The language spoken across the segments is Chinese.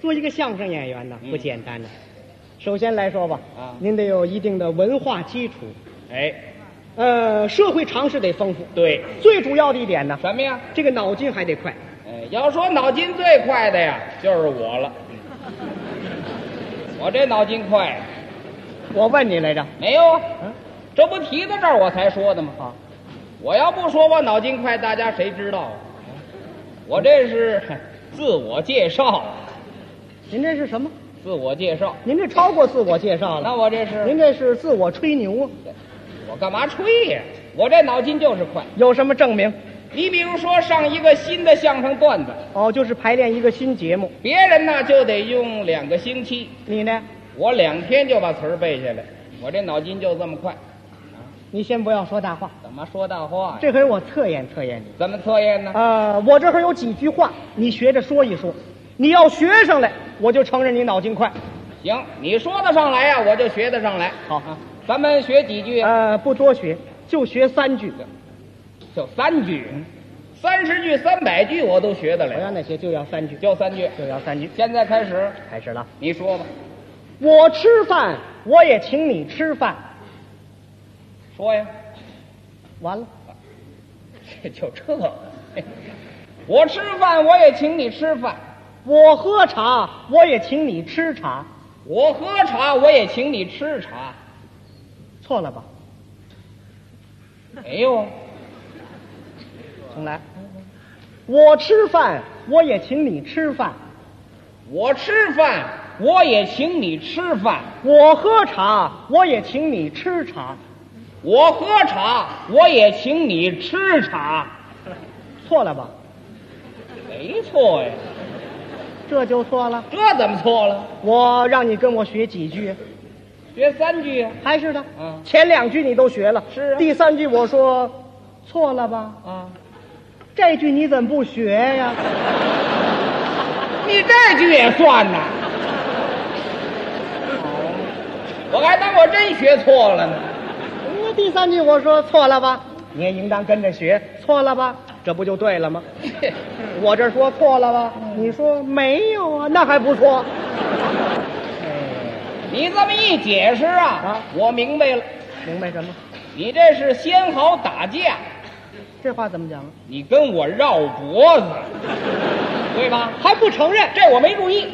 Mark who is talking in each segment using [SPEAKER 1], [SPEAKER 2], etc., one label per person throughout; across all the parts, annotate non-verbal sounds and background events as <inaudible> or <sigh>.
[SPEAKER 1] 做一个相声演员呢，不
[SPEAKER 2] 嗯
[SPEAKER 1] 简单呢。首先来说吧，
[SPEAKER 2] 啊
[SPEAKER 1] 您得有一定的文化基础，
[SPEAKER 2] 哎，
[SPEAKER 1] 呃，社会常识得丰富。
[SPEAKER 2] 对，
[SPEAKER 1] 最主要的一点呢，
[SPEAKER 2] 什么呀？
[SPEAKER 1] 这个脑筋还得快。
[SPEAKER 2] 哎，要说脑筋最快的呀，就是我了。我这脑筋快，
[SPEAKER 1] 我问你来着，
[SPEAKER 2] 没有啊
[SPEAKER 1] 嗯，
[SPEAKER 2] 这不提到这儿我才说的吗？啊，我要不说我脑筋快，大家谁知道啊？我这是自我介绍啊，
[SPEAKER 1] 您这是什么？
[SPEAKER 2] 自我介绍。
[SPEAKER 1] 您这超过自我介绍
[SPEAKER 2] 那
[SPEAKER 1] 了，
[SPEAKER 2] 我这是
[SPEAKER 1] 您这是自我吹牛啊？
[SPEAKER 2] 我干嘛吹呀？我这脑筋就是快。
[SPEAKER 1] 有什么证明？
[SPEAKER 2] 你比如说上一个新的相声段子，
[SPEAKER 1] 哦，就是排练一个新节目。
[SPEAKER 2] 别人呢就得用两个星期，
[SPEAKER 1] 你呢？
[SPEAKER 2] 我两天就把词儿背下来，我这脑筋就这么快。
[SPEAKER 1] 你先不要说大话，
[SPEAKER 2] 怎么说大话呀？
[SPEAKER 1] 这回我测验测验你。
[SPEAKER 2] 怎么测验呢？
[SPEAKER 1] 呃，我这会儿有几句话，你学着说一说。你要学上来，我就承认你脑筋快。
[SPEAKER 2] 行，你说得上来呀、我就学得上来。
[SPEAKER 1] 好
[SPEAKER 2] 啊，咱们学几句？
[SPEAKER 1] 呃，不多学，就学三句。
[SPEAKER 2] 就三句，三十句、三百句我都学得
[SPEAKER 1] 我要
[SPEAKER 2] 来，
[SPEAKER 1] 那些就要三句，
[SPEAKER 2] 就三句。
[SPEAKER 1] 就要三句。
[SPEAKER 2] 现在开始，
[SPEAKER 1] 开始了，
[SPEAKER 2] 你说吧，
[SPEAKER 1] 我吃饭，我也请你吃饭。
[SPEAKER 2] 说呀， <laughs>
[SPEAKER 1] 完了，
[SPEAKER 2] 这就这个。 <laughs> 我吃饭，我也请你吃饭；
[SPEAKER 1] 我喝茶，我也请你吃茶。
[SPEAKER 2] 我喝茶，我也请你吃茶。
[SPEAKER 1] 错了吧？
[SPEAKER 2] 没有啊，
[SPEAKER 1] 重来。我吃饭，我也请你吃饭。
[SPEAKER 2] 我吃饭，我也请你吃饭；
[SPEAKER 1] 我喝茶，我也请你吃茶。
[SPEAKER 2] 我喝茶，我也请你吃茶。
[SPEAKER 1] 错了吧？
[SPEAKER 2] 没错呀，
[SPEAKER 1] 这就错了。
[SPEAKER 2] 这怎么错了？
[SPEAKER 1] 我让你跟我学几句，
[SPEAKER 2] 学三句呀、
[SPEAKER 1] 还是的，
[SPEAKER 2] 嗯
[SPEAKER 1] 前两句你都学了，
[SPEAKER 2] 是啊
[SPEAKER 1] 第三句我说错了吧？
[SPEAKER 2] 啊！
[SPEAKER 1] 这句你怎么不学呀？
[SPEAKER 2] 你这句也算呐？ <laughs> 我还当我真学错了呢。 <laughs>
[SPEAKER 1] 那第三句我说错了吧？你也应当跟着学，错了吧？这不就对了吗？我这说错了吧？嗯你说没有啊？那还不错。
[SPEAKER 2] 你这么一解释啊，
[SPEAKER 1] 啊
[SPEAKER 2] 我明白了，
[SPEAKER 1] 明白什么？
[SPEAKER 2] 你这是先好打架，
[SPEAKER 1] 这话怎么讲？啊
[SPEAKER 2] 你跟我绕脖子，对吧？
[SPEAKER 1] 还不承认？
[SPEAKER 2] 这我没注意，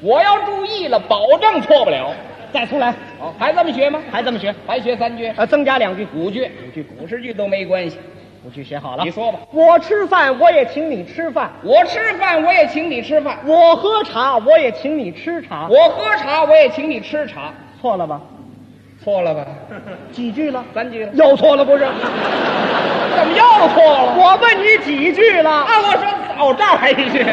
[SPEAKER 2] 我要注意了，保证错不了。
[SPEAKER 1] 再重来，
[SPEAKER 2] 哦，还这么学吗？
[SPEAKER 1] 还这么学？
[SPEAKER 2] 还学三句、
[SPEAKER 1] 呃，增加两句，
[SPEAKER 2] 五句、五句、五十句都没关系。
[SPEAKER 1] 五句学好了。
[SPEAKER 2] 你说吧，
[SPEAKER 1] 我吃饭我也请你吃饭，
[SPEAKER 2] 我吃饭我也请你吃饭，
[SPEAKER 1] 我喝茶我也请你吃茶。
[SPEAKER 2] 我喝茶我也请你吃茶，
[SPEAKER 1] 错了吧？
[SPEAKER 2] 错了吧？
[SPEAKER 1] 嗯几句了？
[SPEAKER 2] 三句了，
[SPEAKER 1] 又错了不是？
[SPEAKER 2] 怎么又错了？
[SPEAKER 1] 我问你几句了？
[SPEAKER 2] 啊，我说哦，这儿还一句呢，